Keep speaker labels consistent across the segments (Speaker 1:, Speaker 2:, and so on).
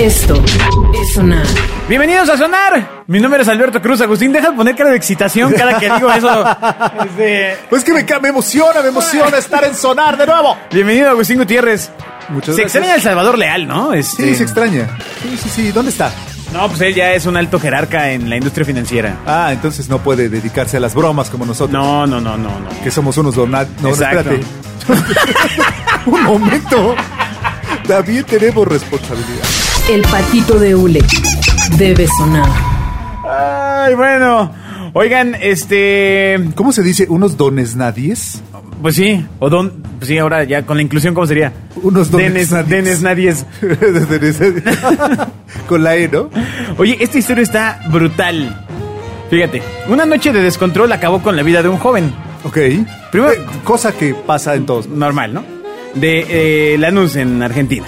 Speaker 1: Esto es sonar.
Speaker 2: Bienvenidos a Sonar. Mi nombre es Alberto Cruz. Agustín, deja de poner cara de excitación cada que digo eso. Este,
Speaker 3: Pues que me, ca- me emociona, me emociona estar en sonar de nuevo.
Speaker 2: Bienvenido, Agustín Gutiérrez.
Speaker 3: Muchas
Speaker 2: se
Speaker 3: gracias.
Speaker 2: extraña El Salvador Leal, ¿no? Este,
Speaker 3: Sí, se extraña. Sí, sí, sí. ¿Dónde está?
Speaker 2: No, pues él ya es un alto jerarca en la industria financiera.
Speaker 3: Ah, entonces no puede dedicarse a las bromas como nosotros.
Speaker 2: No, no, no, no, no.
Speaker 3: Que somos unos donados. No,
Speaker 2: Exacto.
Speaker 3: espérate. Un momento. También tenemos responsabilidad.
Speaker 1: El patito de hule debe sonar.
Speaker 2: Ay, bueno. Oigan, este.
Speaker 3: ¿Cómo se dice? ¿Unos dones nadies?
Speaker 2: Pues sí, o don. Pues sí, ahora ya con la inclusión, ¿cómo sería?
Speaker 3: Unos
Speaker 2: Denes,
Speaker 3: dones
Speaker 2: Denes Nadies.
Speaker 3: Denes nadies. Con la E, ¿no?
Speaker 2: Oye, esta historia está brutal. Fíjate, una noche de descontrol acabó con la vida de un joven.
Speaker 3: Ok.
Speaker 2: Primero-
Speaker 3: Eh, cosa que pasa en todos.
Speaker 2: normal, ¿no? De eh, Lanús en Argentina.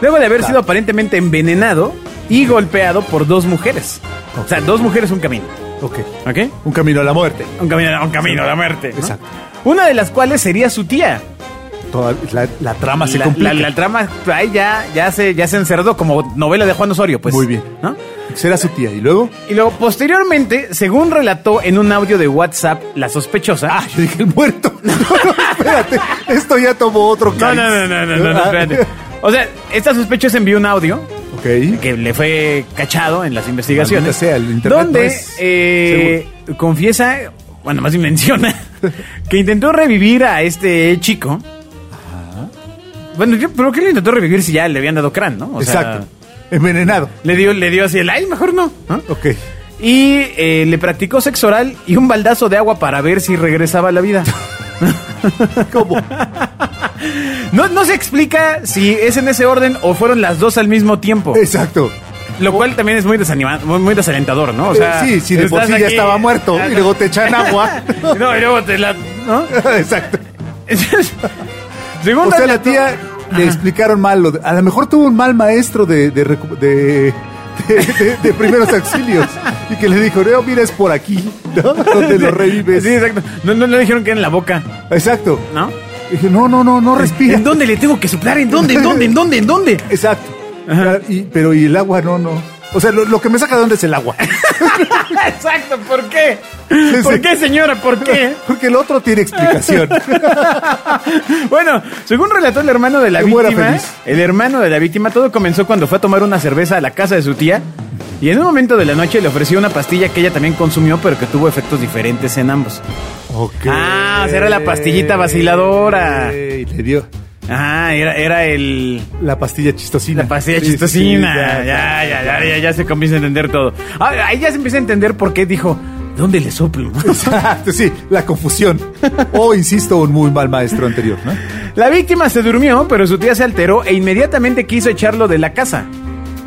Speaker 2: Luego de haber sido aparentemente envenenado y golpeado por dos mujeres. O sea, dos mujeres un camino.
Speaker 3: Ok.
Speaker 2: ¿Ok?
Speaker 3: Un camino a la muerte.
Speaker 2: Un camino, un camino a la muerte. ¿no?
Speaker 3: Exacto.
Speaker 2: Una de las cuales sería su tía.
Speaker 3: Toda- la, la trama se
Speaker 2: la,
Speaker 3: complica.
Speaker 2: la- la trama ahí ya, ya, se, ya se encerró como novela de Juan Osorio, pues.
Speaker 3: Muy bien.
Speaker 2: ¿no?
Speaker 3: Será su tía. ¿Y luego?
Speaker 2: Y luego, posteriormente, según relató en un audio de WhatsApp, la sospechosa.
Speaker 3: Ah, yo dije el muerto. No, no, espérate. Esto ya tomó otro
Speaker 2: no,
Speaker 3: cariz.
Speaker 2: no, no, no, no, no, no,
Speaker 3: Ah,
Speaker 2: espérate. O sea, esta sospechosa envió un audio
Speaker 3: Ok.
Speaker 2: que le fue cachado en las investigaciones.
Speaker 3: Maldita sea, el internet
Speaker 2: donde
Speaker 3: no es
Speaker 2: eh, confiesa, bueno, más bien menciona, que intentó revivir a este chico. Bueno, yo, pero ¿qué le intentó revivir si ya le habían dado crán, no? O sea,
Speaker 3: Exacto. Envenenado.
Speaker 2: le dio, le dio así el, ay, mejor no. ¿no?
Speaker 3: Ok.
Speaker 2: Y eh, le practicó sexo oral y un baldazo de agua para ver si regresaba a la vida.
Speaker 3: ¿Cómo?
Speaker 2: No, no se explica si es en ese orden o fueron las dos al mismo tiempo.
Speaker 3: Exacto.
Speaker 2: Lo cual también es muy, desanima- muy, muy desalentador, ¿no? O sea,
Speaker 3: Eh, sí, si de por
Speaker 2: estás
Speaker 3: sí ya
Speaker 2: aquí-
Speaker 3: estaba muerto y luego te echan agua.
Speaker 2: No, y luego te la. ¿no?
Speaker 3: Exacto.
Speaker 2: Según
Speaker 3: O sea, la
Speaker 2: relato-
Speaker 3: tía le explicaron mal. lo de- a lo mejor tuvo un mal maestro de, de, recu- de- de- de- de primeros auxilios y que le dijo, no, mira, es por aquí, ¿no? Donde lo revives.
Speaker 2: Sí, exacto. No, no le dijeron que era en la boca,
Speaker 3: Exacto.
Speaker 2: ¿no?
Speaker 3: Dije, no, no, no, no respira.
Speaker 2: ¿En dónde le tengo que soplar? ¿En dónde? ¿En dónde? ¿En dónde? ¿En dónde?
Speaker 3: Exacto. Y- pero y el agua, no, no. O sea, lo, lo que me saca de onda es el agua.
Speaker 2: exacto, ¿por qué?
Speaker 3: Sí,
Speaker 2: ¿Por
Speaker 3: sí.
Speaker 2: qué, señora? ¿Por qué?
Speaker 3: Porque el otro tiene explicación.
Speaker 2: Bueno, según relató el hermano de la
Speaker 3: Que muera
Speaker 2: víctima,
Speaker 3: feliz.
Speaker 2: el hermano de la víctima, todo comenzó cuando fue a tomar una cerveza a la casa de su tía y en un momento de la noche le ofreció una pastilla que ella también consumió, pero que tuvo efectos diferentes en ambos.
Speaker 3: Ok.
Speaker 2: Ah, o sea, era la pastillita vaciladora.
Speaker 3: Y le dio
Speaker 2: Ajá, era, era el...
Speaker 3: la pastilla chistosina.
Speaker 2: La pastilla
Speaker 3: Sí, sí,
Speaker 2: chistosina.
Speaker 3: sí,
Speaker 2: ya, ya, ya, ya, ya se comienza a entender todo. Ah, Ahí ya se empieza a entender por qué dijo, ¿de dónde le soplo?
Speaker 3: Exacto, sí, la confusión. O, insisto, un muy mal maestro anterior, ¿no?
Speaker 2: La víctima se durmió, pero su tía se alteró e inmediatamente quiso echarlo de la casa.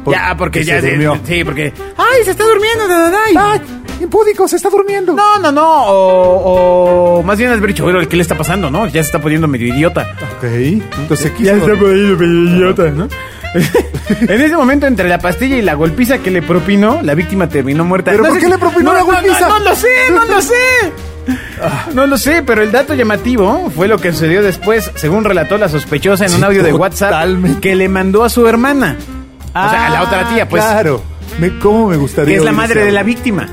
Speaker 3: Por-
Speaker 2: ya, ah, porque
Speaker 3: que
Speaker 2: ya
Speaker 3: se durmió.
Speaker 2: Sí, porque. ¡Ay, se está durmiendo! da, da, da, y-
Speaker 3: ¡Ay! Impúdico, se está durmiendo.
Speaker 2: No, no, no. O, o más bien el bricho, pero ¿qué le está pasando, no? Ya se está poniendo medio idiota.
Speaker 3: Ok. Entonces quiso.
Speaker 2: poniendo medio idiota, ¿no? en ese momento, entre la pastilla y la golpiza que le propinó, la víctima terminó muerta.
Speaker 3: ¿Pero por qué le propinó
Speaker 2: no,
Speaker 3: la
Speaker 2: no,
Speaker 3: golpiza? Ah.
Speaker 2: No, no lo sé, no lo sé. No lo sé, pero el dato llamativo fue lo que sucedió después, según relató la sospechosa en
Speaker 3: Sí,
Speaker 2: un audio de WhatsApp
Speaker 3: totalmente.
Speaker 2: que le mandó a su hermana. o sea, a la otra tía, pues.
Speaker 3: Claro. Me, ¿Cómo me gustaría?
Speaker 2: Que es la
Speaker 3: oír
Speaker 2: madre
Speaker 3: ese
Speaker 2: de la
Speaker 3: audio.
Speaker 2: víctima.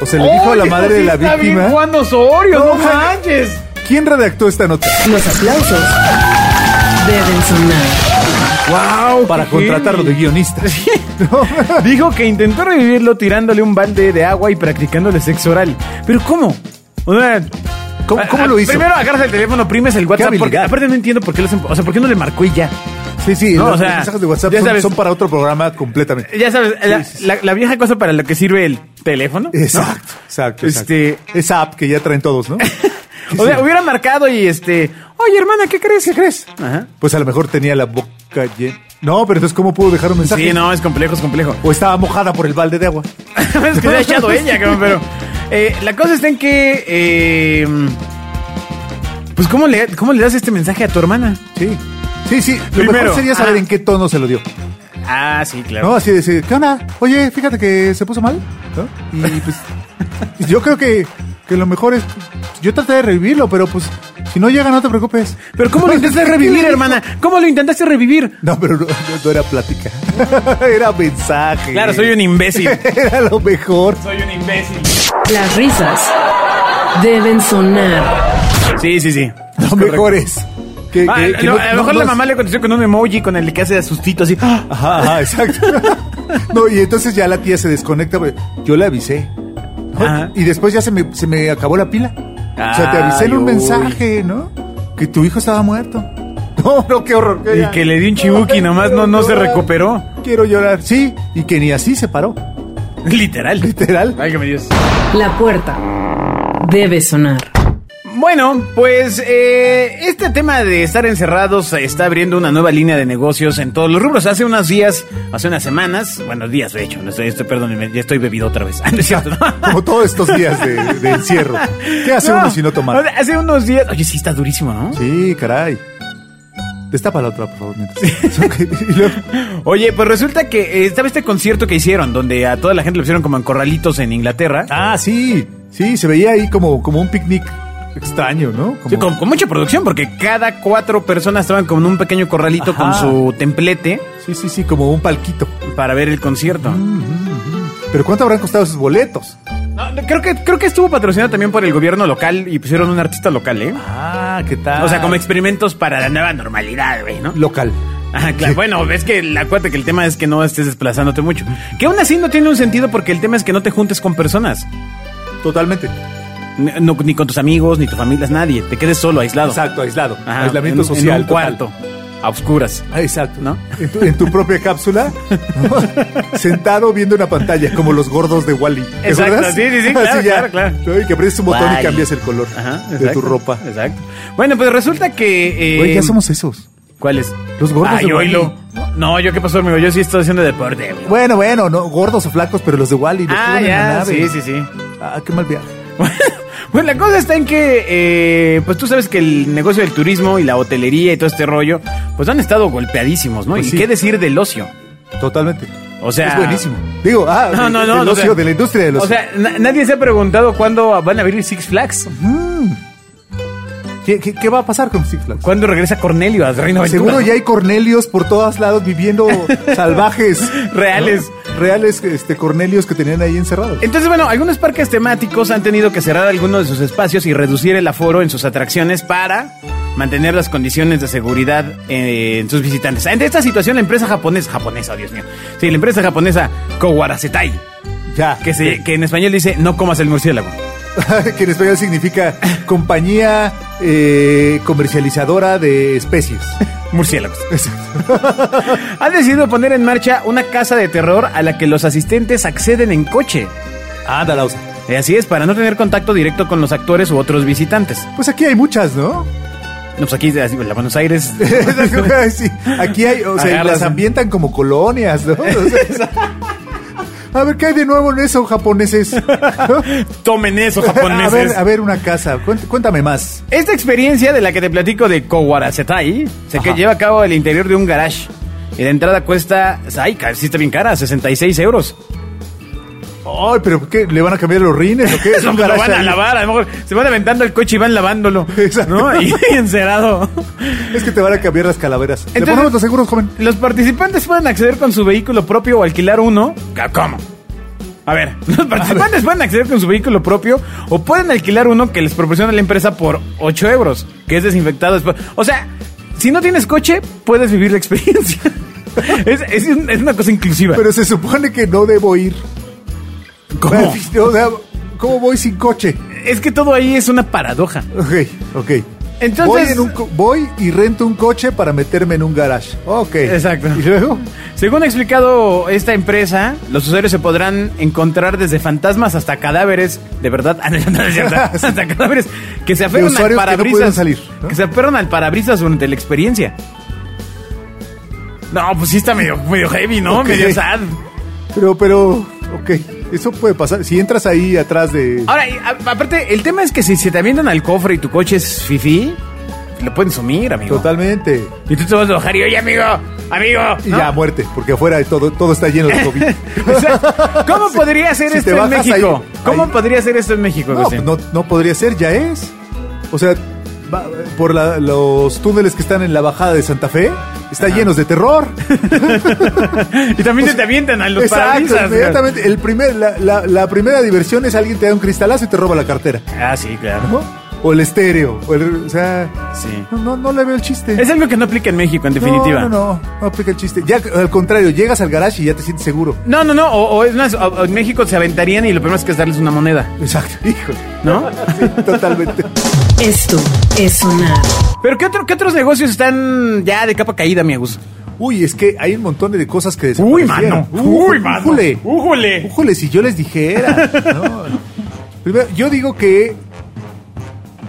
Speaker 3: O sea, le dijo a la
Speaker 2: Oye,
Speaker 3: madre
Speaker 2: sí
Speaker 3: de la
Speaker 2: está bien
Speaker 3: víctima.
Speaker 2: Juan Osorio, no,
Speaker 3: No, ojalá.
Speaker 2: manches.
Speaker 3: ¿Quién redactó esta nota?
Speaker 1: Los aplausos deben sonar.
Speaker 2: Wow,
Speaker 3: Para contratarlo de guionista.
Speaker 2: Dijo que intentó revivirlo tirándole un balde de agua y practicándole sexo oral. ¿Pero cómo? O sea,
Speaker 3: ¿Cómo-
Speaker 2: a-
Speaker 3: cómo
Speaker 2: a-
Speaker 3: lo hizo?
Speaker 2: Ah, Primero agarras el teléfono, primes el WhatsApp. Porque,
Speaker 3: habilidad.
Speaker 2: aparte no entiendo por qué lo hacen- O sea, ¿por qué no le marcó y ya?
Speaker 3: Sí, sí,
Speaker 2: No,
Speaker 3: los
Speaker 2: o sea,
Speaker 3: mensajes de WhatsApp
Speaker 2: ya
Speaker 3: son,
Speaker 2: sabes. Eh,
Speaker 3: son para otro programa completamente.
Speaker 2: Ya sabes, la,
Speaker 3: sí,
Speaker 2: la- la vieja cosa para la que sirve el teléfono. ¿no?
Speaker 3: Exacto, exacto, exacto.
Speaker 2: Este-
Speaker 3: Esa app que ya traen todos, ¿no?
Speaker 2: O sea, hubiera marcado y este. Oye, hermana, ¿qué crees? ¿Qué crees? Ajá.
Speaker 3: Pues a lo mejor tenía la boca llena. No, pero entonces, ¿cómo pudo dejar un mensaje?
Speaker 2: Sí, no, es complejo, es complejo.
Speaker 3: O estaba mojada por el balde de agua.
Speaker 2: es que se ha echado ella, cabrón, pero. eh, la cosa está en que. eh, pues, ¿cómo le, ¿cómo le das este mensaje a tu hermana?
Speaker 3: Sí. Sí, sí. Lo
Speaker 2: Primero.
Speaker 3: mejor sería saber
Speaker 2: Ah.
Speaker 3: en qué tono se lo dio.
Speaker 2: Ah, sí, claro.
Speaker 3: ¿No? Así de decir, ¿qué onda? Oye, fíjate que se puso mal. ¿No? Y pues. yo creo que, que lo mejor es. Yo traté de revivirlo, pero pues. Si no llega, no te preocupes.
Speaker 2: Pero ¿cómo lo intentaste revivir, hermana? ¿Cómo lo intentaste revivir?
Speaker 3: No, pero no, no- no era plática. era mensaje.
Speaker 2: Claro, soy un imbécil.
Speaker 3: Era lo mejor.
Speaker 2: Soy un imbécil.
Speaker 1: Las risas deben sonar.
Speaker 2: Sí, sí, sí.
Speaker 3: Lo
Speaker 2: Correcto.
Speaker 3: mejor es. que-
Speaker 2: Ah,
Speaker 3: que- que
Speaker 2: no,
Speaker 3: no-
Speaker 2: a lo
Speaker 3: no-
Speaker 2: mejor
Speaker 3: no
Speaker 2: la
Speaker 3: es-
Speaker 2: mamá le contestó con un emoji con el que hace asustito así. ¡Ah!
Speaker 3: Ajá, ajá, exacto. no, y entonces ya la tía se desconecta. porque Yo le avisé. ¿no?
Speaker 2: Ajá.
Speaker 3: Y después ya se me, se me acabó la pila. o sea, te avisé en un
Speaker 2: Ay, uy.
Speaker 3: mensaje, ¿no? Que tu hijo estaba muerto. No, no, qué horror.
Speaker 2: Y que le di un chibuki, nomás no- no se
Speaker 3: Quiero llorar.
Speaker 2: recuperó.
Speaker 3: Quiero llorar, sí. Y que ni así se paró.
Speaker 2: Literal.
Speaker 3: Literal.
Speaker 2: Válgame Dios.
Speaker 1: La puerta debe sonar.
Speaker 2: Bueno, pues eh, este tema de estar encerrados eh, está abriendo una nueva línea de negocios en todos los rubros. Hace unos días, hace unas semanas, bueno, días de hecho, no estoy, estoy- perdónenme, ya estoy bebido otra vez. Ah, no es cierto, ¿no?
Speaker 3: Como todos estos días de, de encierro. ¿Qué hace uno si no
Speaker 2: o sea,
Speaker 3: tomar?
Speaker 2: Hace unos días. Oye, sí, está durísimo, ¿no?
Speaker 3: Sí, caray. Destapa la otra, por favor. mientras. Ok, y luego-
Speaker 2: Oye, pues resulta que eh, estaba este concierto que hicieron, donde a toda la gente lo pusieron como en corralitos en Inglaterra.
Speaker 3: ah, sí. Sí, se veía ahí como, como un picnic extraño, ¿no? Como-
Speaker 2: Sí, con, con mucha producción, porque cada cuatro personas estaban con un pequeño corralito
Speaker 3: Ajá.
Speaker 2: con su templete
Speaker 3: sí, sí, sí, como un palquito.
Speaker 2: para ver el concierto.
Speaker 3: Pero ¿cuánto habrán costado esos boletos?
Speaker 2: No, no, creo que creo que estuvo patrocinado también por el gobierno local y pusieron un artista local, ¿eh?
Speaker 3: Ah, ¿qué tal?
Speaker 2: O sea, como experimentos para la nueva normalidad, güey, ¿no?
Speaker 3: local.
Speaker 2: Ah, claro. Bueno, ves que la cuate que el tema es que no estés desplazándote mucho. Que aún así no tiene un sentido porque el tema es que no te juntes con personas.
Speaker 3: Totalmente.
Speaker 2: Ni, no- ni con tus amigos, ni tus familias, nadie. Te quedes solo, aislado.
Speaker 3: Exacto, aislado.
Speaker 2: Ajá,
Speaker 3: Aislamiento
Speaker 2: en un-
Speaker 3: social.
Speaker 2: En un
Speaker 3: total.
Speaker 2: cuarto. A oscuras.
Speaker 3: Ah, Exacto,
Speaker 2: ¿No?
Speaker 3: En tu, en tu propia cápsula, ¿no? sentado viendo una pantalla, como los gordos de Wally.
Speaker 2: Exacto, sí, sí, sí, claro, claro, claro.
Speaker 3: Y que aprietas un botón
Speaker 2: Wall-E.
Speaker 3: y cambias el color de tu
Speaker 2: exacto,
Speaker 3: ropa.
Speaker 2: Exacto. Bueno, pues resulta que. eh,
Speaker 3: Güey, ya somos esos.
Speaker 2: ¿Cuáles?
Speaker 3: Los gordos
Speaker 2: Ay,
Speaker 3: de Wall-E.
Speaker 2: oílo. No, yo qué pasó, amigo. Yo sí estoy haciendo deporte, güey.
Speaker 3: Bueno, bueno, no, gordos o flacos, pero los de Wally. Los que
Speaker 2: Ah,
Speaker 3: iban en la
Speaker 2: ya,
Speaker 3: nave.
Speaker 2: sí, sí, sí.
Speaker 3: Ah, qué mal viaje.
Speaker 2: Bueno, la cosa está en que, eh, pues tú sabes que el negocio del turismo y la hotelería y todo este rollo, pues han estado golpeadísimos, ¿no?
Speaker 3: Pues
Speaker 2: y
Speaker 3: sí.
Speaker 2: qué decir del ocio.
Speaker 3: Totalmente.
Speaker 2: O sea-
Speaker 3: Es buenísimo. Digo, ah,
Speaker 2: No, no, no.
Speaker 3: del
Speaker 2: o
Speaker 3: ocio,
Speaker 2: sea,
Speaker 3: de la industria del ocio.
Speaker 2: O sea, na- nadie se ha preguntado cuándo van a abrir Six Flags.
Speaker 3: ¿Qué, qué, qué va a pasar con Six Flags?
Speaker 2: ¿Cuándo regresa Cornelio a Reino Aventura?
Speaker 3: Seguro ya hay Cornelios por todos lados viviendo salvajes.
Speaker 2: Reales.
Speaker 3: ¿no? Reales este, Cornelios que tenían ahí encerrados.
Speaker 2: Entonces, bueno, algunos parques temáticos han tenido que cerrar algunos de sus espacios y reducir el aforo en sus atracciones para mantener las condiciones de seguridad eh, en sus visitantes. Ante esta situación, la empresa japonesa, japonesa, oh, Dios mío, sí, la empresa japonesa Kowarasetai,
Speaker 3: Ya.
Speaker 2: que, se- que en español dice no comas el murciélago.
Speaker 3: que en español significa compañía eh, comercializadora de especies.
Speaker 2: Murciélagos. ha decidido poner en marcha una casa de terror a la que los asistentes acceden en coche.
Speaker 3: Ándala, o sea.
Speaker 2: Eh, Así es, para no tener contacto directo con los actores u otros visitantes.
Speaker 3: Pues aquí hay muchas, ¿no?
Speaker 2: No, pues aquí, así, la Buenos Aires.
Speaker 3: Sí, aquí hay, o sea, y
Speaker 2: Agarras.
Speaker 3: las ambientan como colonias, ¿no? O sea, a ver, ¿qué hay de nuevo en eso, japoneses?
Speaker 2: Tomen eso,
Speaker 3: a
Speaker 2: japoneses.
Speaker 3: ver, a ver, una casa. Cuént- Cuéntame más.
Speaker 2: Esta experiencia de la que te platico de Kowarasetai se que
Speaker 3: Ajá.
Speaker 2: lleva a cabo el interior de un garage. Y la entrada cuesta, ay, ca- sí está bien cara, 66 euros.
Speaker 3: Ay, pero ¿qué? ¿Le van a cambiar los rines o qué? Es
Speaker 2: Lo
Speaker 3: un
Speaker 2: van
Speaker 3: garage
Speaker 2: a
Speaker 3: ahí.
Speaker 2: lavar, a lo mejor se van aventando el coche y van lavándolo.
Speaker 3: Exacto.
Speaker 2: ¿no? Y encerado.
Speaker 3: Es que te van a cambiar las calaveras. ¿Te
Speaker 2: Entonces-
Speaker 3: ponemos los seguros, joven?
Speaker 2: Los participantes pueden acceder con su vehículo propio o alquilar uno. Ca- ¿Cómo? A ver, los participantes pueden acceder con su vehículo propio o pueden alquilar uno que les proporciona la empresa por 8 euros, que es desinfectado después. O sea, si no tienes coche, puedes vivir la experiencia. es, es un- es una cosa inclusiva.
Speaker 3: Pero se supone que no debo ir.
Speaker 2: ¿Cómo?
Speaker 3: O sea, ¿cómo voy sin coche?
Speaker 2: Es que todo ahí es una paradoja.
Speaker 3: Ok, ok.
Speaker 2: Entonces-
Speaker 3: voy, en un co- voy y rento un coche para meterme en un garage. Ok.
Speaker 2: Exacto.
Speaker 3: ¿Y luego?
Speaker 2: Según ha explicado esta empresa, los usuarios se podrán encontrar desde fantasmas hasta cadáveres, de verdad, ah, no, no, no es cierto, hasta cadáveres que se aferran al
Speaker 3: usuarios que no
Speaker 2: parabrisas,
Speaker 3: pudieron salir, ¿no?
Speaker 2: que se aferran al parabrisas durante la experiencia. No, pues sí está medio, medio heavy, ¿no?
Speaker 3: Ok.
Speaker 2: Medio sad.
Speaker 3: Pero, pero, ok. Eso puede pasar. Si entras ahí atrás de...
Speaker 2: Ahora, y, a- aparte, el tema es que si se te avientan al cofre y tu coche es fifi, lo pueden sumir, amigo.
Speaker 3: Totalmente.
Speaker 2: Y tú te vas a bajar y, oye, amigo, amigo.
Speaker 3: Y
Speaker 2: ¿no?
Speaker 3: ya, muerte. Porque afuera de todo, todo está lleno de COVID.
Speaker 2: O sea, ¿Cómo
Speaker 3: Sí.
Speaker 2: podría ser
Speaker 3: Si
Speaker 2: esto
Speaker 3: te
Speaker 2: en
Speaker 3: bajas
Speaker 2: México?
Speaker 3: ahí-
Speaker 2: ¿Cómo
Speaker 3: ahí-
Speaker 2: podría ser esto en México?
Speaker 3: pues, No,
Speaker 2: Agustín?
Speaker 3: no, no podría ser, ya es. O sea, va- por la- los túneles que están en la bajada de Santa Fe, está llenos de terror.
Speaker 2: Y también se te avientan a los parabrisas.
Speaker 3: inmediatamente. El primer, la, la- la primera diversión es alguien te da un cristalazo y te roba la cartera.
Speaker 2: Ah, sí, claro.
Speaker 3: ¿no? O el estéreo. O, el- o sea,
Speaker 2: Sí.
Speaker 3: no, no, no le veo el chiste.
Speaker 2: Es algo que no aplica en México, en definitiva.
Speaker 3: No, no, no, no aplica el chiste. Ya, al contrario, llegas al garage y ya te sientes seguro.
Speaker 2: No, no, no, O, o es más, o- o en México se aventarían y lo primero es que es darles una moneda,
Speaker 3: Exacto, híjole.
Speaker 2: ¿no?
Speaker 3: Sí, totalmente.
Speaker 1: Esto es sonar.
Speaker 2: Pero ¿qué, otro, ¿qué otros negocios están ya de capa caída, mi Agus?
Speaker 3: Uy, es que hay un montón de cosas que
Speaker 2: Uy,
Speaker 3: desaparecieron.
Speaker 2: mano. Uy, mano.
Speaker 3: Újole.
Speaker 2: Újole.
Speaker 3: Újole, si yo les dijera. No. Primero, yo digo que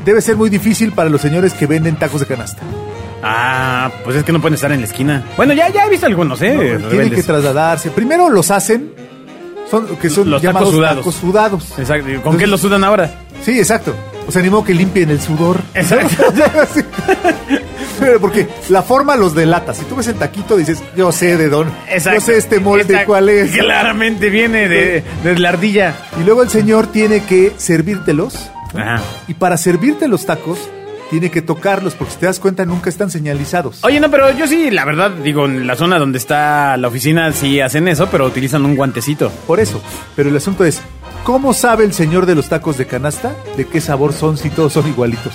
Speaker 3: debe ser muy difícil para los señores que venden tacos de canasta.
Speaker 2: Ah, pues es que no pueden estar en la esquina. Bueno, ya, ya he visto algunos, ¿eh?
Speaker 3: Tienen que
Speaker 2: Rebeldes.
Speaker 3: trasladarse. Primero los hacen, son, que son
Speaker 2: Los tacos
Speaker 3: llamados
Speaker 2: sudados.
Speaker 3: tacos sudados.
Speaker 2: Exacto. ¿y ¿Con qué lo sudan ahora?
Speaker 3: Sí, exacto. O sea, animó que limpien el sudor.
Speaker 2: Exacto.
Speaker 3: Sí. Pero porque la forma los delata. Si tú ves el taquito, dices, yo sé de dónde.
Speaker 2: Exacto.
Speaker 3: Yo sé este molde,
Speaker 2: Esta
Speaker 3: cuál es.
Speaker 2: Claramente viene de, de la ardilla.
Speaker 3: Y luego el señor tiene que servírtelos.
Speaker 2: Ajá.
Speaker 3: Y para servirte los tacos, tiene que tocarlos, porque si te das cuenta, nunca están señalizados.
Speaker 2: Oye, no, pero yo sí, la verdad, digo, en la zona donde está la oficina sí hacen eso, pero utilizan un guantecito.
Speaker 3: Por eso. Pero el asunto es, ¿cómo sabe el señor de los tacos de canasta de qué sabor son si todos son igualitos?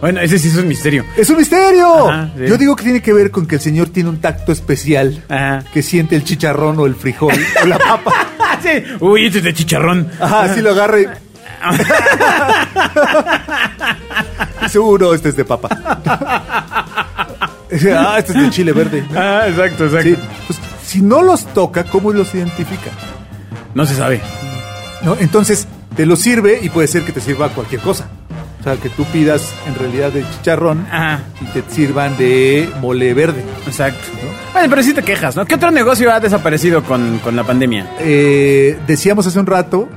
Speaker 2: Bueno, ese sí es un misterio.
Speaker 3: ¡Es un misterio!
Speaker 2: Ajá, sí.
Speaker 3: Yo digo que tiene que ver con que el señor tiene un tacto especial
Speaker 2: Ajá.
Speaker 3: que siente el chicharrón o el frijol o la papa.
Speaker 2: Ah, sí. Uy, este es de chicharrón.
Speaker 3: Ajá, así lo agarre. Seguro este es de papa. ah, este es de chile verde.
Speaker 2: Ah, exacto, exacto.
Speaker 3: Sí, pues, si no los toca, ¿cómo los identifica?
Speaker 2: No se sabe.
Speaker 3: ¿No? Entonces, te los sirve y puede ser que te sirva cualquier cosa. O sea, que tú pidas en realidad de chicharrón
Speaker 2: Ajá.
Speaker 3: y te sirvan de mole verde.
Speaker 2: Exacto. Bueno, pero sí te quejas, ¿no? ¿Qué otro negocio ha desaparecido con, con la pandemia?
Speaker 3: Eh, decíamos hace un rato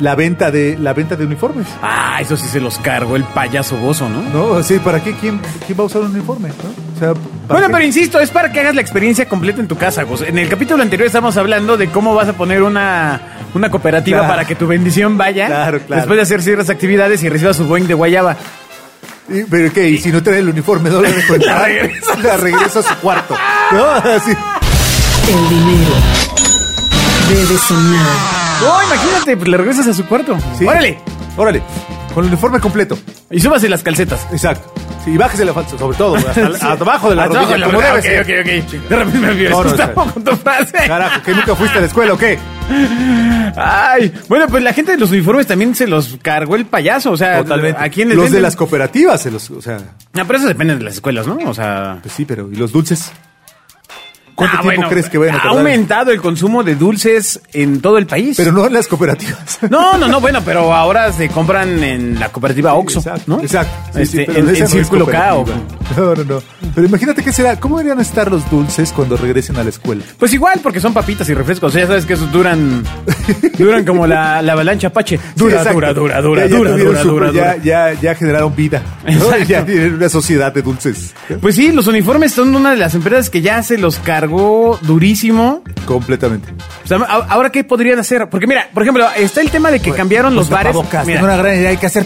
Speaker 3: la venta de la venta de uniformes.
Speaker 2: Ah, eso sí se los cargó el payaso bozo, ¿no?
Speaker 3: ¿No? Sí, ¿para qué? ¿Quién, quién va a usar un uniforme? ¿no? O sea, ¿para
Speaker 2: Bueno,
Speaker 3: qué?
Speaker 2: pero insisto, es para que hagas la experiencia completa en tu casa, Gus. En el capítulo anterior estábamos hablando de cómo vas a poner una, una cooperativa
Speaker 3: Claro.
Speaker 2: para que tu bendición vaya
Speaker 3: Claro, claro.
Speaker 2: después de hacer ciertas actividades y recibas su Boeing de Guayaba.
Speaker 3: ¿Y, pero qué? ¿Y si no trae el uniforme, no la encuentra?
Speaker 2: La regresas.
Speaker 3: La regresa a su cuarto. ¿No? Así.
Speaker 1: El dinero debe sonar.
Speaker 2: No, imagínate, pues le regresas a su cuarto.
Speaker 3: Sí.
Speaker 2: ¡Órale!
Speaker 3: Órale. Con el uniforme completo.
Speaker 2: Y súbase las calcetas.
Speaker 3: Exacto. Sí, y bájese la falsa, sobre todo. Hasta la- Abajo de la
Speaker 2: Abajo
Speaker 3: rodilla, como
Speaker 2: rodilla,
Speaker 3: debe
Speaker 2: ok,
Speaker 3: ser.
Speaker 2: ok, ok. De repente me vi
Speaker 3: No, no,
Speaker 2: asustado
Speaker 3: espera.
Speaker 2: con tu frase.
Speaker 3: Carajo, ¿que nunca fuiste a la escuela o qué?
Speaker 2: Ay, bueno, pues la gente de los uniformes también se los cargó el payaso, o sea, ¿a quién les
Speaker 3: Los de
Speaker 2: venden?
Speaker 3: las cooperativas, se los, o sea,
Speaker 2: No, pero eso depende de las escuelas, ¿no? O sea...
Speaker 3: pues sí, pero ¿y los dulces? ¿Cuánto
Speaker 2: Ah,
Speaker 3: tiempo
Speaker 2: bueno,
Speaker 3: crees que vayan a
Speaker 2: Ha
Speaker 3: tardar?
Speaker 2: aumentado el consumo de dulces en todo el país.
Speaker 3: Pero no en las cooperativas.
Speaker 2: no, no, no, bueno, pero ahora se compran en la cooperativa Oxxo,
Speaker 3: exacto,
Speaker 2: ¿no?
Speaker 3: Exacto. Sí, sí,
Speaker 2: Este,
Speaker 3: pero
Speaker 2: en,
Speaker 3: esa
Speaker 2: en
Speaker 3: no es
Speaker 2: Círculo K o-
Speaker 3: cooperativa. No, no, no. Pero imagínate qué será. ¿Cómo deberían estar los dulces cuando regresen a la escuela?
Speaker 2: Pues igual, porque son papitas y refrescos. Ya sabes que esos duran duran como la, la avalancha Apache. Dura,
Speaker 3: Sí, exacto.
Speaker 2: dura, dura, dura,
Speaker 3: Ya- ya
Speaker 2: dura,
Speaker 3: tuvieron
Speaker 2: dura,
Speaker 3: su-
Speaker 2: dura,
Speaker 3: ya,
Speaker 2: dura.
Speaker 3: Ya, ya generaron vida. ¿no?
Speaker 2: Exacto.
Speaker 3: Ya tienen una sociedad de dulces.
Speaker 2: Pues sí, los uniformes son una de las empresas que ya se los cargó durísimo.
Speaker 3: Completamente.
Speaker 2: O sea, a- ahora, ¿qué podrían hacer? Porque mira, por ejemplo, está el tema de
Speaker 3: Pues,
Speaker 2: que cambiaron los bares. Mira,
Speaker 3: Tengo una gran idea. Hay que hacer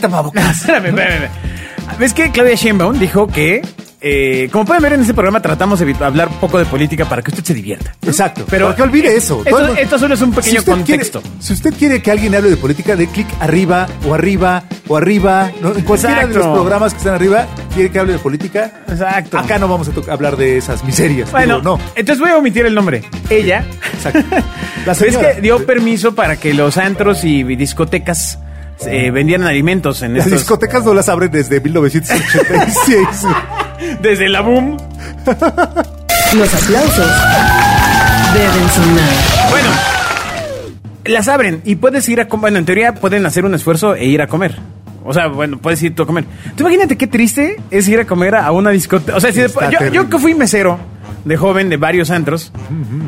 Speaker 3: tapabocas.
Speaker 2: Espérame, espérame, espérame. ¿Ves que Claudia Sheinbaum dijo que, eh, como pueden ver en este programa, tratamos de evit- hablar poco de política para que usted se divierta?
Speaker 3: Exacto.
Speaker 2: Pero-
Speaker 3: Para que olvide eso.
Speaker 2: Esto-
Speaker 3: Todo el mundo-
Speaker 2: esto solo es un pequeño
Speaker 3: usted
Speaker 2: contexto.
Speaker 3: quiere- si usted quiere que alguien hable de política, de clic arriba o arriba o arriba. ¿no? En cualquiera de
Speaker 2: Exacto.
Speaker 3: los programas que están arriba, quiere que hable de política.
Speaker 2: Exacto.
Speaker 3: Acá no vamos a to- hablar de esas miserias.
Speaker 2: Bueno,
Speaker 3: Digo, no.
Speaker 2: entonces voy a omitir el nombre. Ella.
Speaker 3: Exacto. La
Speaker 2: es
Speaker 3: señora.
Speaker 2: que dio permiso para que los antros y discotecas eh, vendieran alimentos en
Speaker 3: Las
Speaker 2: estos-
Speaker 3: discotecas no las abren desde 1986.
Speaker 2: Desde la boom.
Speaker 1: Los aplausos deben sonar.
Speaker 2: Bueno, las abren y puedes ir a comer. Bueno, en teoría pueden hacer un esfuerzo e ir a comer. O sea, bueno, puedes ir tú a comer. Tú imagínate qué triste es ir a comer a una discoteca. O sea, si
Speaker 3: Está
Speaker 2: después- yo, yo
Speaker 3: terrible.
Speaker 2: que fui mesero de joven de varios antros,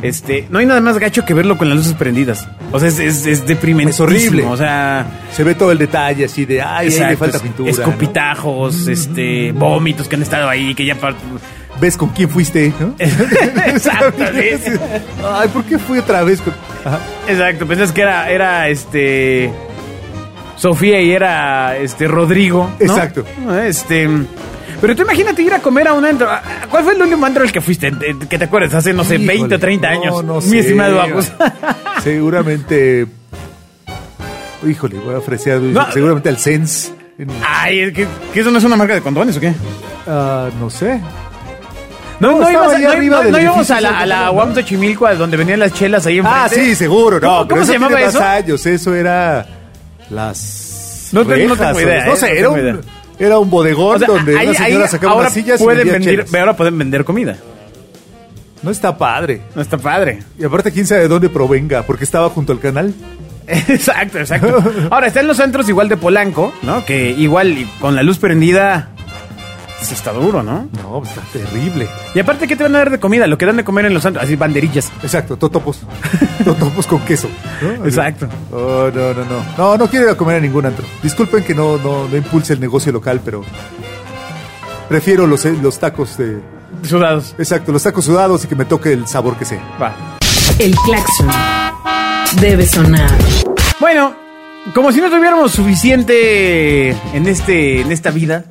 Speaker 2: este, no hay nada más gacho que verlo con las luces prendidas. O sea, es, es, es deprimente.
Speaker 3: Es horrible.
Speaker 2: O sea,
Speaker 3: Se ve todo el detalle así de, ay, ahí le
Speaker 2: exacto,
Speaker 3: falta
Speaker 2: es-
Speaker 3: pintura. ¿no?
Speaker 2: escopitajos, este, vómitos que han estado ahí, que ya. par-
Speaker 3: ves con quién fuiste, ¿no?
Speaker 2: Exacto, sí.
Speaker 3: Ay, ¿por qué fui otra vez? con- Ajá.
Speaker 2: Exacto, pensás que era, era este. Sofía y era este Rodrigo. ¿no?
Speaker 3: Exacto.
Speaker 2: Este. Pero tú imagínate ir a comer a un antro. Ah, ¿Cuál fue el último antro al que fuiste? Eh, Que te acuerdas, hace, no sé,
Speaker 3: Híjole,
Speaker 2: 20 o 30
Speaker 3: no,
Speaker 2: años.
Speaker 3: no
Speaker 2: Mi
Speaker 3: sé.
Speaker 2: estimado Agus.
Speaker 3: Seguramente. Híjole, voy a ofrecer.
Speaker 2: No.
Speaker 3: Seguramente al Sense. En-
Speaker 2: Ay, es que, que eso no es una marca de condones o qué?
Speaker 3: ah, no sé.
Speaker 2: No, no,
Speaker 3: estaba
Speaker 2: ibas a-
Speaker 3: ahí
Speaker 2: no-
Speaker 3: arriba
Speaker 2: no-
Speaker 3: del
Speaker 2: no íbamos
Speaker 3: edificio
Speaker 2: a la, a la
Speaker 3: central, ¿no?
Speaker 2: Guam Xochimilco, a donde venían las chelas ahí enfrente.
Speaker 3: Ah, sí, seguro. No,
Speaker 2: ¿Cómo-
Speaker 3: pero
Speaker 2: cómo se
Speaker 3: tiene
Speaker 2: llamaba
Speaker 3: más
Speaker 2: eso?
Speaker 3: años. Eso era las
Speaker 2: No te- no
Speaker 3: rejas,
Speaker 2: tengo idea,
Speaker 3: o- No
Speaker 2: eh, no
Speaker 3: sé, era
Speaker 2: tengo idea.
Speaker 3: un, era un bodegón
Speaker 2: O sea,
Speaker 3: donde
Speaker 2: ahí-
Speaker 3: una señora
Speaker 2: ahí
Speaker 3: sacaba
Speaker 2: ahora
Speaker 3: unas sillas y
Speaker 2: pueden
Speaker 3: vendía
Speaker 2: vender,
Speaker 3: chelas.
Speaker 2: Ahora pueden vender comida.
Speaker 3: No está padre.
Speaker 2: No está padre.
Speaker 3: Y aparte, quién sabe de dónde provenga, porque estaba junto al canal.
Speaker 2: Exacto, exacto. Ahora, están los antros igual de Polanco, ¿no? Que igual y con la luz prendida sí está duro, ¿no?
Speaker 3: No, pues, está terrible.
Speaker 2: Y aparte, ¿qué te van a dar de comida? Lo que dan de comer en los antros, así banderillas.
Speaker 3: Exacto, totopos. totopos con queso. ¿no?
Speaker 2: Exacto.
Speaker 3: Oh, no, no, no. No, no quiero ir a comer a ningún antro. Disculpen que no, no, no impulse el negocio local, pero prefiero los, eh, los tacos de...
Speaker 2: Sudados.
Speaker 3: Exacto, los tacos sudados y que me toque el sabor que sea.
Speaker 2: Va.
Speaker 1: El claxon debe sonar.
Speaker 2: Bueno, como si no tuviéramos suficiente en este en esta vida,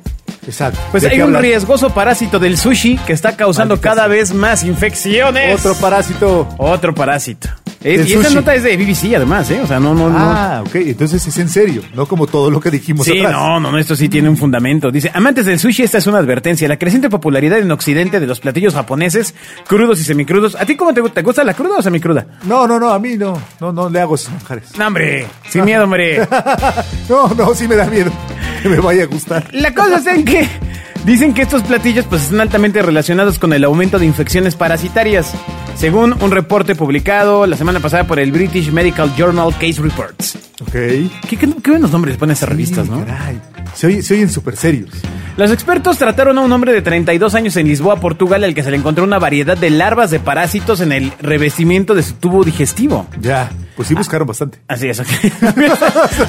Speaker 3: Exacto.
Speaker 2: pues
Speaker 3: ¿De
Speaker 2: hay
Speaker 3: qué
Speaker 2: un
Speaker 3: hablar?
Speaker 2: riesgoso parásito del sushi que está causando
Speaker 3: Maldita
Speaker 2: cada
Speaker 3: sea.
Speaker 2: vez más infecciones.
Speaker 3: Otro parásito.
Speaker 2: Otro parásito. Es-
Speaker 3: Del
Speaker 2: y esta
Speaker 3: sushi.
Speaker 2: nota es de BBC además, ¿eh? O sea, no, no, no.
Speaker 3: Ah, ok. Entonces es en serio, no como todo lo que dijimos
Speaker 2: Sí,
Speaker 3: atrás.
Speaker 2: no, no, no, esto sí tiene un fundamento. Dice, amantes del sushi, esta es una advertencia. La creciente popularidad en Occidente de los platillos japoneses, crudos y semicrudos. ¿A ti cómo te, gu- te gusta la cruda o semicruda?
Speaker 3: No, no, no, a mí no. No, no le hago esos manjares.
Speaker 2: No, hombre, sin miedo, hombre.
Speaker 3: No, no, sí me da miedo que me vaya a gustar.
Speaker 2: La cosa es en que dicen que estos platillos pues están altamente relacionados con el aumento de infecciones parasitarias, según un reporte publicado la semana pasada por el British Medical Journal Case Reports.
Speaker 3: Ok.
Speaker 2: ¿Qué, qué, qué buenos nombres ponen esas revistas,
Speaker 3: Sí,
Speaker 2: no?
Speaker 3: caray. Se, oye- se oyen súper serios.
Speaker 2: Los expertos trataron a un hombre de 32 años en Lisboa, Portugal, al que se le encontró una variedad de larvas de parásitos en el revestimiento de su tubo digestivo.
Speaker 3: Ya, pues sí buscaron bastante.
Speaker 2: Así es. ok. había,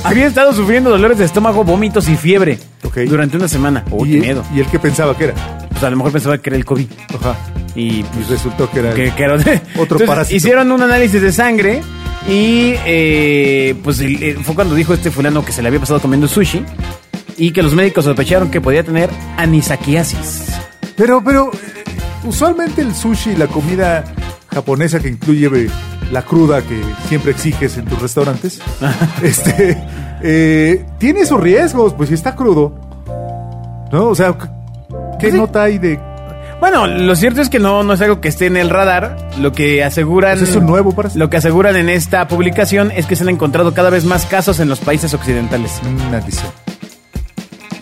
Speaker 2: había estado sufriendo dolores de estómago, vómitos y fiebre
Speaker 3: Ok.
Speaker 2: durante una semana. Oh,
Speaker 3: y,
Speaker 2: qué miedo.
Speaker 3: ¿Y el que pensaba que era?
Speaker 2: Pues a lo mejor pensaba que era el COVID.
Speaker 3: Ajá.
Speaker 2: Y
Speaker 3: Pues resultó que era...
Speaker 2: que, que era- Entonces,
Speaker 3: parásito.
Speaker 2: Hicieron un análisis de sangre y eh, pues el- eh, fue cuando dijo este fulano que se le había pasado comiendo sushi y que los médicos sospecharon que podía tener anisakiasis.
Speaker 3: Pero, pero, eh, usualmente el sushi, la comida japonesa que incluye eh, la cruda que siempre exiges en tus restaurantes, este, eh, tiene sus riesgos, pues si está crudo, ¿no? O sea, ¿qué
Speaker 2: Pues sí.
Speaker 3: nota hay de...
Speaker 2: Bueno, lo cierto es que no, no es algo que esté en el radar. Lo que aseguran.
Speaker 3: Pues es un nuevo parásito.
Speaker 2: Lo que aseguran en esta publicación es que se han encontrado cada vez más casos en los países occidentales.
Speaker 3: Una adición.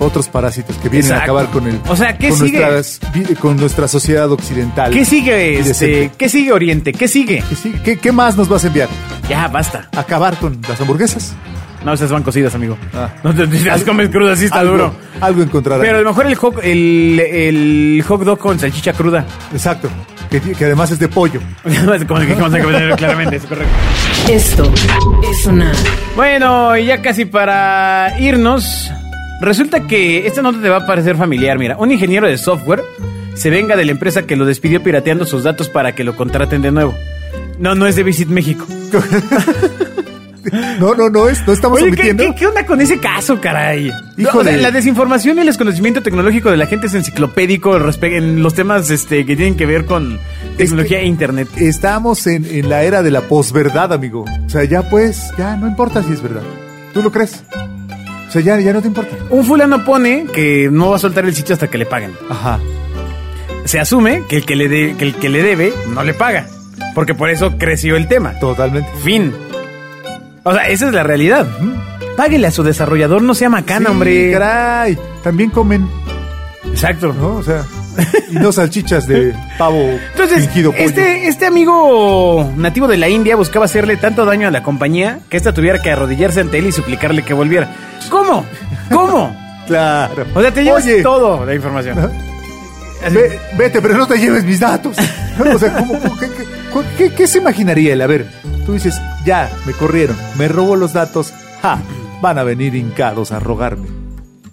Speaker 3: Otros parásitos que vienen
Speaker 2: Exacto.
Speaker 3: a acabar con el...
Speaker 2: O sea, ¿qué
Speaker 3: con
Speaker 2: sigue?
Speaker 3: nuestras vi- con nuestra sociedad occidental.
Speaker 2: ¿Qué sigue, este,
Speaker 3: Indecente.
Speaker 2: ¿Qué sigue Oriente? ¿Qué sigue?
Speaker 3: ¿Qué sigue? ¿Qué- ¿Qué más nos vas a enviar?
Speaker 2: Ya, basta.
Speaker 3: ¿Acabar con las hamburguesas?
Speaker 2: No, esas van cocidas, amigo.
Speaker 3: Ah.
Speaker 2: No te te las comes crudas, sí está
Speaker 3: Algo-
Speaker 2: duro.
Speaker 3: Algo encontrarás.
Speaker 2: Pero a lo mejor el hot, el, el hot dog con salchicha cruda.
Speaker 3: Exacto. Que, ti- que además es de pollo.
Speaker 2: Como el que acabamos de comer, claramente, es correcto.
Speaker 1: Esto es sonar.
Speaker 2: Bueno, y ya casi para irnos, resulta que esta nota te va a parecer familiar. Mira, un ingeniero de software se venga de la empresa que lo despidió pirateando sus datos para que lo contraten de nuevo. No, no es de Visit México.
Speaker 3: No, no, no es. No estamos
Speaker 2: Oye, ¿qué,
Speaker 3: omitiendo.
Speaker 2: qué, qué onda con ese caso, caray?
Speaker 3: Híjole.
Speaker 2: O sea, la desinformación y el desconocimiento tecnológico de la gente es enciclopédico respe- en los temas este, que tienen que ver con tecnología
Speaker 3: que-
Speaker 2: e internet.
Speaker 3: Estamos en, en la era de la posverdad, amigo. O sea, ya pues, ya no importa si es verdad. ¿Tú lo crees? O sea, ya, ya no te importa.
Speaker 2: Un fulano pone que no va a soltar el sitio hasta que le paguen.
Speaker 3: Ajá.
Speaker 2: se asume que el que le, de- que el que le debe no le paga. Porque por eso creció el tema.
Speaker 3: Totalmente.
Speaker 2: Fin. O sea, esa es la realidad. Páguele a su desarrollador, no sea macana,
Speaker 3: Sí,
Speaker 2: hombre.
Speaker 3: Caray. También comen,
Speaker 2: Exacto.
Speaker 3: ¿no? O sea, y no salchichas de pavo
Speaker 2: Entonces,
Speaker 3: fingido pollo.
Speaker 2: este, este amigo nativo de la India buscaba hacerle tanto daño a la compañía que ésta tuviera que arrodillarse ante él y suplicarle que volviera. ¿Cómo? ¿Cómo?
Speaker 3: Claro.
Speaker 2: O sea, te llevas
Speaker 3: Oye,
Speaker 2: todo la información. Así.
Speaker 3: Ve- vete, pero no te lleves mis datos. O sea, ¿cómo- cómo- qué, qué- cu- qué- qué se imaginaría él? A ver, tú dices, ya, me corrieron, me robó los datos, ja, van a venir hincados a rogarme.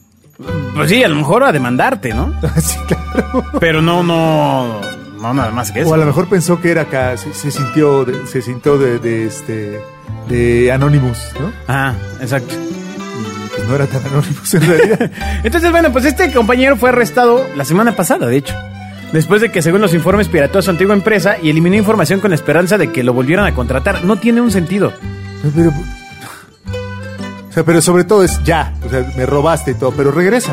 Speaker 2: Pues sí, a lo mejor a demandarte, ¿no?
Speaker 3: Sí, claro.
Speaker 2: Pero no, no, no nada más que eso.
Speaker 3: O a lo mejor pensó que era acá, se, se sintió, de, se sintió de, de este, de Anonymous, ¿no?
Speaker 2: Ajá, exacto.
Speaker 3: pues no era tan anónimos en realidad.
Speaker 2: Entonces, bueno, pues este compañero fue arrestado la semana pasada, de hecho. Después de que, según los informes, pirató a su antigua empresa y eliminó información con la esperanza de que lo volvieran a contratar. No tiene un sentido.
Speaker 3: Pero, o sea, pero sobre todo es ya. O sea, me robaste y todo, pero regresa.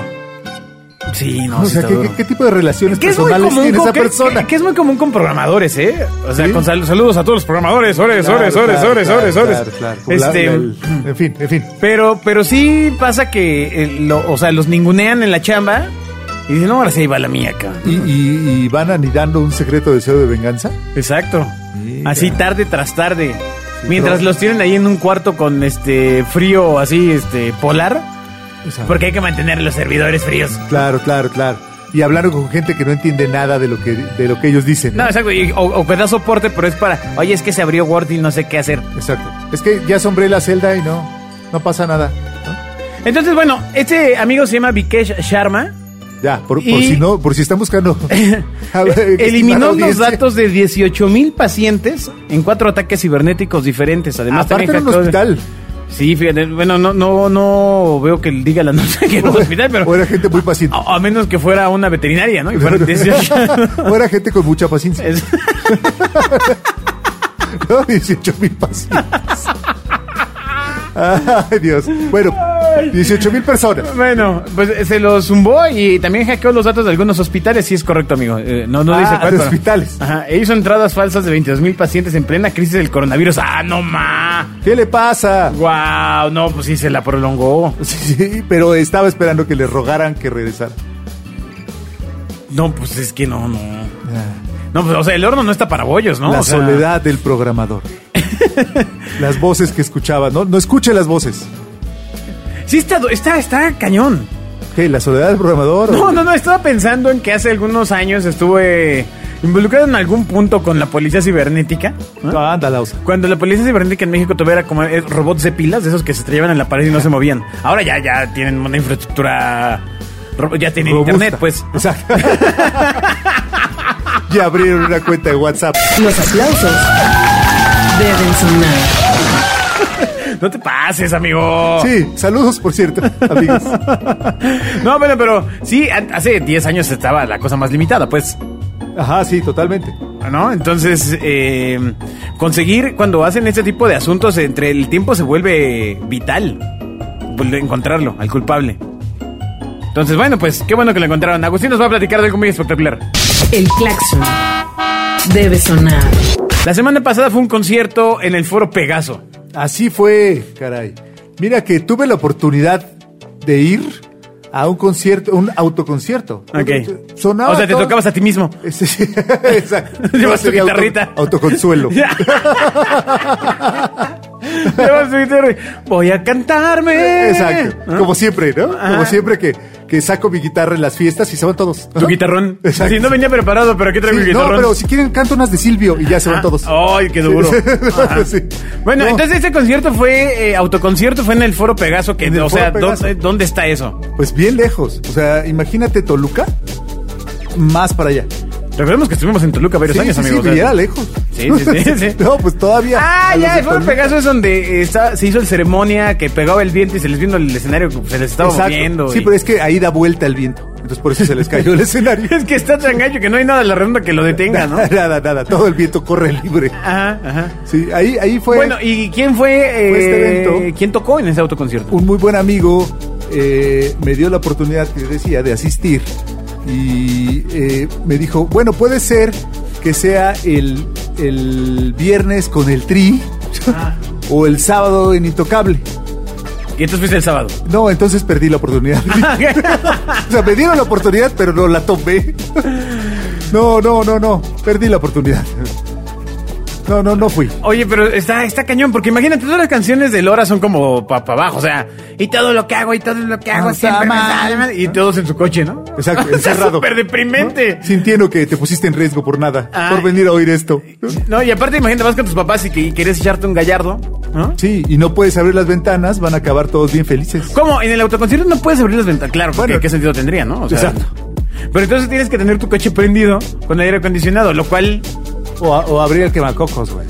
Speaker 2: Sí, no,
Speaker 3: o
Speaker 2: sí
Speaker 3: sea,
Speaker 2: está
Speaker 3: ¿qué,
Speaker 2: duro.
Speaker 3: qué- qué tipo de relaciones
Speaker 2: Que es muy
Speaker 3: personales
Speaker 2: común
Speaker 3: tiene
Speaker 2: con-
Speaker 3: esa
Speaker 2: que-
Speaker 3: persona?
Speaker 2: que- que es muy común con programadores, ¿eh? O sea,
Speaker 3: Sí.
Speaker 2: con sal- saludos a todos los programadores, ores,
Speaker 3: Claro,
Speaker 2: ores, ores,
Speaker 3: claro,
Speaker 2: ores,
Speaker 3: claro,
Speaker 2: ores, ores.
Speaker 3: claro, claro. Como la-
Speaker 2: Este,
Speaker 3: el- en fin, en fin.
Speaker 2: pero, pero sí pasa que, eh, lo- o sea, los ningunean en la chamba y dicen, no, ahora sí va la mía, cabrón.
Speaker 3: ¿Y, y, y van anidando un secreto deseo de venganza?
Speaker 2: Exacto.
Speaker 3: Mira.
Speaker 2: Así tarde tras tarde.
Speaker 3: Sí,
Speaker 2: Mientras
Speaker 3: pero-
Speaker 2: los tienen ahí en un cuarto con este frío así, este polar,
Speaker 3: O sea,
Speaker 2: porque hay que mantener los servidores fríos.
Speaker 3: Claro, claro, claro. Y hablando con gente que no entiende nada de lo que, de lo que ellos dicen.
Speaker 2: No, exacto. y- o, o que da soporte, pero es para, oye, es que se abrió Word y no sé qué hacer.
Speaker 3: Exacto. Es que ya sombré la celda y no, no pasa nada.
Speaker 2: Entonces, bueno, este amigo se llama Vikesh Sharma.
Speaker 3: Ya, por, por
Speaker 2: Y-
Speaker 3: si no, por si están buscando. A ver, estimada
Speaker 2: Eliminó los
Speaker 3: audiencia.
Speaker 2: datos de 18 mil pacientes en cuatro ataques cibernéticos diferentes. Además,
Speaker 3: Aparte
Speaker 2: también
Speaker 3: en un
Speaker 2: hackeó-
Speaker 3: hospital.
Speaker 2: Sí, fíjate, bueno, no, no, no veo que diga la nota que era un hospital, pero
Speaker 3: O era gente muy paciente.
Speaker 2: A, a menos que fuera una veterinaria, ¿no? Y fuera de-
Speaker 3: o era gente con mucha paciencia.
Speaker 2: Es-
Speaker 3: No, 18 mil pacientes. Ay, Dios. Bueno, 18 mil personas.
Speaker 2: bueno, pues se lo zumbó y también hackeó los datos de algunos hospitales, sí es correcto, amigo. Eh, no, no
Speaker 3: Ah,
Speaker 2: dice
Speaker 3: de
Speaker 2: cuánto.
Speaker 3: hospitales.
Speaker 2: Ajá, e hizo entradas falsas de 22 mil pacientes en plena crisis del coronavirus. ¡Ah, no ma!
Speaker 3: ¿Qué le pasa?
Speaker 2: ¡Guau! No, pues sí se la prolongó.
Speaker 3: Sí, sí, pero estaba esperando que le rogaran que regresara.
Speaker 2: No, pues es que no, no. No, pues o sea, el horno no está para bollos, ¿no?
Speaker 3: la
Speaker 2: O sea,
Speaker 3: soledad del programador. las voces que escuchaba, ¿no? No escuche las voces.
Speaker 2: Sí está, du- está, está cañón.
Speaker 3: ¿Qué? ¿La soledad del programador?
Speaker 2: No, no, no, estaba pensando en que hace algunos años estuve involucrado en algún punto con la policía cibernética. ¿no?
Speaker 3: Ah, ándala, o sea.
Speaker 2: Cuando la policía cibernética en México tuviera como eh, robots de pilas, de esos que se estrellaban en la pared y no se movían. Ahora ya, ya tienen una infraestructura. ro- Ya tienen
Speaker 3: Robusta.
Speaker 2: internet, pues.
Speaker 3: Exacto. ya abrieron una cuenta de WhatsApp.
Speaker 1: Los aplausos deben sonar.
Speaker 2: No te pases, amigo.
Speaker 3: Sí, saludos, por cierto, amigos.
Speaker 2: No, bueno, pero sí, an- hace 10 años estaba la cosa más limitada, pues.
Speaker 3: Ajá, sí, totalmente.
Speaker 2: ¿No? Entonces, eh, conseguir cuando hacen este tipo de asuntos entre el tiempo se vuelve vital. Volver a Encontrarlo, al culpable. Entonces, bueno, pues qué bueno que lo encontraron. Agustín nos va a platicar de algo muy espectacular.
Speaker 1: El claxon debe sonar.
Speaker 2: La semana pasada fue un concierto en el Foro Pegaso.
Speaker 3: Así fue, caray. Mira que tuve la oportunidad de ir a un concierto, un autoconcierto.
Speaker 2: Ok.
Speaker 3: Sonaba
Speaker 2: o sea, te
Speaker 3: todo-
Speaker 2: tocabas a ti mismo.
Speaker 3: Sí, sí, exacto.
Speaker 2: Llevas tu
Speaker 3: Sería auto-
Speaker 2: guitarrita.
Speaker 3: autoconsuelo.
Speaker 2: Llevas tu guitarra. Voy a cantarme.
Speaker 3: Exacto.
Speaker 2: ¿No?
Speaker 3: Como siempre, ¿no?
Speaker 2: Ajá.
Speaker 3: Como siempre que, que saco mi guitarra en las fiestas y se van todos.
Speaker 2: Tu guitarrón.
Speaker 3: Exacto.
Speaker 2: Sí, no venía preparado, pero aquí traigo el
Speaker 3: Sí, no,
Speaker 2: guitarrón.
Speaker 3: pero si quieren canto unas de Silvio y ya se van
Speaker 2: Ah,
Speaker 3: todos.
Speaker 2: Ay, qué duro.
Speaker 3: Sí.
Speaker 2: Ajá.
Speaker 3: Sí.
Speaker 2: Bueno,
Speaker 3: No.
Speaker 2: entonces este concierto fue, eh, autoconcierto fue en el Foro Pegaso, que,
Speaker 3: En el
Speaker 2: o
Speaker 3: Foro
Speaker 2: sea, ¿dó-
Speaker 3: Pegaso.
Speaker 2: eh, ¿dónde está eso?
Speaker 3: Pues bien lejos. O sea, imagínate Toluca más para allá.
Speaker 2: Recordemos que estuvimos en Toluca varios
Speaker 3: Sí,
Speaker 2: años,
Speaker 3: sí, sí,
Speaker 2: amigos. ¿eh?
Speaker 3: y era lejos.
Speaker 2: Sí, sí, sí, sí.
Speaker 3: No, pues todavía.
Speaker 2: Ah,
Speaker 3: a los
Speaker 2: ya,
Speaker 3: de
Speaker 2: el Foro
Speaker 3: Toluca.
Speaker 2: Pegaso es donde eh, está- se hizo el ceremonia, que pegaba el viento y se les vino el escenario, que se les estaba
Speaker 3: Exacto.
Speaker 2: moviendo.
Speaker 3: Sí, pues,
Speaker 2: y-
Speaker 3: pero es que ahí da vuelta el viento. Entonces por eso se les cayó el escenario.
Speaker 2: Es que está tan gallo que no hay nada a la redonda que lo detenga, ¿no?
Speaker 3: Nada, nada. Todo el viento corre libre.
Speaker 2: Ajá, ajá.
Speaker 3: Sí, ahí, ahí fue.
Speaker 2: Bueno, ¿y quién fue,
Speaker 3: Pues,
Speaker 2: eh,
Speaker 3: Fue este evento.
Speaker 2: quién tocó en ese autoconcierto?
Speaker 3: un muy buen amigo eh, me dio la oportunidad que decía de asistir y eh, me dijo, bueno, puede ser que sea el, el viernes con el tri
Speaker 2: Ah.
Speaker 3: o el sábado en Intocable.
Speaker 2: Y entonces fuiste el sábado.
Speaker 3: No, entonces perdí la oportunidad. o sea, me dieron la oportunidad, pero no la tomé. no, no, no, no, perdí la oportunidad. No, no, no fui.
Speaker 2: Oye, pero está, está cañón, porque imagínate, todas las canciones de Lora son como para abajo, o sea, y todo lo que hago, y todo lo que hago,
Speaker 3: No Ah, está
Speaker 2: siempre me
Speaker 3: mal.
Speaker 2: sale mal, y todos en su coche, ¿no?
Speaker 3: Exacto,
Speaker 2: está
Speaker 3: encerrado.
Speaker 2: súper deprimente.
Speaker 3: ¿No? Sintiendo que te pusiste en riesgo por nada,
Speaker 2: Ah.
Speaker 3: por venir a oír esto.
Speaker 2: No, y aparte imagínate, vas con tus papás y, que, y quieres echarte un gallardo, ¿no?
Speaker 3: Sí, y no puedes abrir las ventanas, van a acabar todos bien felices.
Speaker 2: ¿Cómo? En el autoconcierto no puedes abrir las ventanas, claro, porque
Speaker 3: Bueno.
Speaker 2: ¿qué sentido tendría, no? O sea,
Speaker 3: Exacto.
Speaker 2: Pero entonces tienes que tener tu coche prendido con aire acondicionado, lo cual
Speaker 3: O, a- o abrir el quemacocos, güey.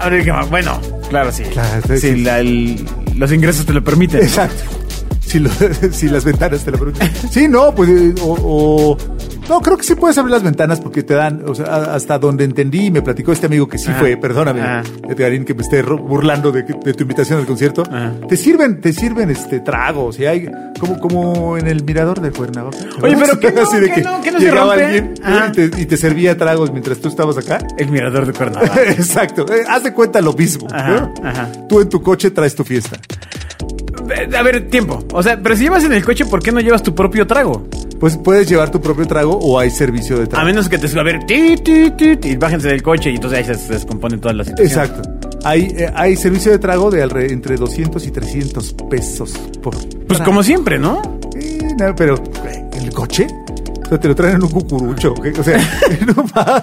Speaker 2: Ahora dije, bueno, claro, sí.
Speaker 3: Claro, sí,
Speaker 2: sí,
Speaker 3: sí.
Speaker 2: la- el- los ingresos te lo permiten.
Speaker 3: Exacto. si, lo- si las ventanas te la permiten. Sí, no, pues, eh, o, o- No, creo que sí puedes abrir las ventanas porque te dan, o sea, a- hasta donde entendí y me platicó este amigo que sí
Speaker 2: Ajá.
Speaker 3: fue, perdóname,
Speaker 2: Ajá.
Speaker 3: Edgarín, que me esté ro- burlando de, que- de tu invitación al concierto.
Speaker 2: Ajá.
Speaker 3: Te sirven, te sirven este tragos y hay, como, como en el mirador de Cuernavaca.
Speaker 2: Oye, pero que no,
Speaker 3: Así de
Speaker 2: que no, que no se
Speaker 3: llegaba
Speaker 2: rompe. Ah.
Speaker 3: alguien
Speaker 2: Ajá.
Speaker 3: y te, y te servía tragos mientras tú estabas acá.
Speaker 2: El mirador de Cuernavaca.
Speaker 3: Exacto, eh, haz de cuenta lo mismo.
Speaker 2: Ah. Ajá,
Speaker 3: ¿no?
Speaker 2: ajá.
Speaker 3: Tú en tu coche traes tu fiesta.
Speaker 2: Eh, A ver, tiempo. O sea, pero si llevas en el coche, ¿por qué no llevas tu propio trago?
Speaker 3: Pues puedes llevar tu propio trago o hay servicio de
Speaker 2: A
Speaker 3: trago.
Speaker 2: menos que te suba a ver, ti, ti, ti, ti, y bájense del coche y entonces ahí se, se descompone toda la situación.
Speaker 3: Exacto. Hay, eh, hay servicio de trago de alre- entre 200 y 300 pesos por.
Speaker 2: Pues
Speaker 3: trago.
Speaker 2: como siempre, ¿no?
Speaker 3: Eh, no, pero eh, ¿en el coche. O sea, te lo traen en un cucurucho. ¿ok? O sea, no más.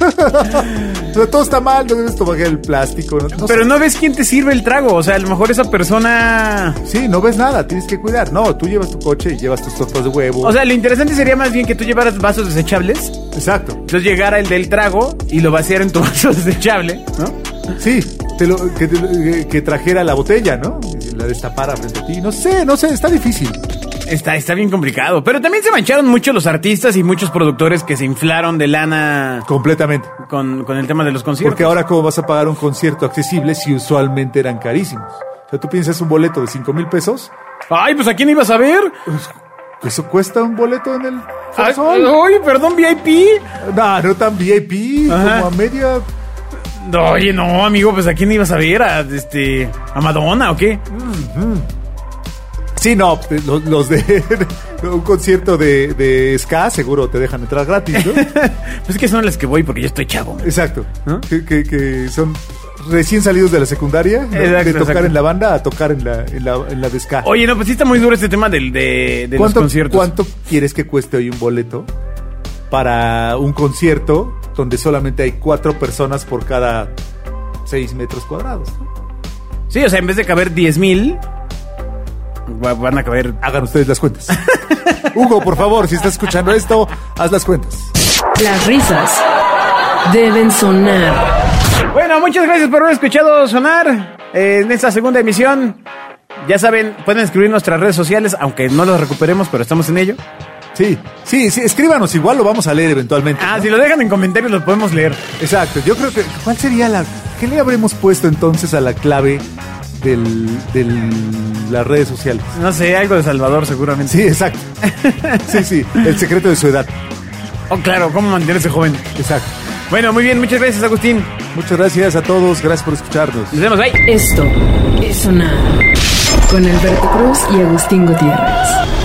Speaker 3: o sea, todo está mal, no debes tomar el plástico. No, no
Speaker 2: pero
Speaker 3: sé.
Speaker 2: no ves quién te sirve el trago. O sea, a lo mejor esa persona.
Speaker 3: Sí, no ves nada, tienes que cuidar. No, tú llevas tu coche y llevas tus tortas de huevo.
Speaker 2: O sea, lo interesante sería más bien que tú llevaras vasos desechables.
Speaker 3: Exacto.
Speaker 2: Entonces llegara el del trago y lo vaciara en tu vaso desechable, ¿no?
Speaker 3: Sí, te lo- que, te lo- que trajera la botella, ¿no? Y La destapara frente a ti. No sé, no sé, está difícil.
Speaker 2: Está, está bien complicado. Pero también se mancharon mucho los artistas y muchos productores que se inflaron de lana
Speaker 3: Completamente.
Speaker 2: con, con el tema de los conciertos.
Speaker 3: Porque ahora, ¿cómo vas a pagar un concierto accesible si usualmente eran carísimos? O sea, tú piensas un boleto de 5 mil pesos.
Speaker 2: Ay, pues ¿a quién ibas a ver?
Speaker 3: ¿Eso cuesta un boleto en el Foro
Speaker 2: Ay,
Speaker 3: Sol?
Speaker 2: ay, perdón, VIP.
Speaker 3: No, no tan VIP,
Speaker 2: Ajá.
Speaker 3: como a media.
Speaker 2: No, Oye, no, amigo, pues ¿a quién ibas a ver? ¿A, este, a Madonna o qué?
Speaker 3: Sí, no, te- los, los de un concierto de, de Ska seguro te dejan entrar gratis, ¿no?
Speaker 2: Pues que son las que voy porque yo estoy chavo. man.
Speaker 3: Exacto.
Speaker 2: ¿No?
Speaker 3: Que, que- que son recién salidos de la secundaria, ¿no?
Speaker 2: Exacto,
Speaker 3: de tocar
Speaker 2: exacto.
Speaker 3: en la banda a tocar en la, en la, en la de ska.
Speaker 2: Oye, no, pues sí está muy duro este tema del, de, de los
Speaker 3: ¿Cuánto,
Speaker 2: conciertos.
Speaker 3: cuánto quieres que cueste hoy un boleto para un concierto donde solamente hay cuatro personas por cada seis metros cuadrados? no?
Speaker 2: Sí, o sea, en vez de caber 10 mil, van a caber...
Speaker 3: Hagan ustedes las cuentas. Hugo, por favor, si estás escuchando esto, haz las cuentas.
Speaker 1: Las risas deben sonar.
Speaker 2: Bueno, muchas gracias por haber escuchado sonar eh, en esta segunda emisión. Ya saben, pueden escribir nuestras redes sociales, aunque no las recuperemos, pero estamos en ello.
Speaker 3: Sí, sí, sí, escríbanos, igual lo vamos a leer eventualmente.
Speaker 2: Ah,
Speaker 3: ¿no?
Speaker 2: si lo dejan en comentarios, lo podemos leer.
Speaker 3: Exacto, yo creo que. ¿Cuál sería la. ¿Qué le habremos puesto entonces a la clave de las redes sociales?
Speaker 2: No sé, algo de Salvador seguramente.
Speaker 3: Sí, exacto. Sí, sí, el secreto de su edad.
Speaker 2: Oh, claro, cómo mantenerse joven.
Speaker 3: Exacto.
Speaker 2: Bueno, muy bien, muchas gracias, Agustín.
Speaker 3: Muchas gracias a todos, gracias por escucharnos.
Speaker 2: Nos vemos, bye.
Speaker 1: Esto es sonar. Con Alberto Cruz y Agustín Gutiérrez.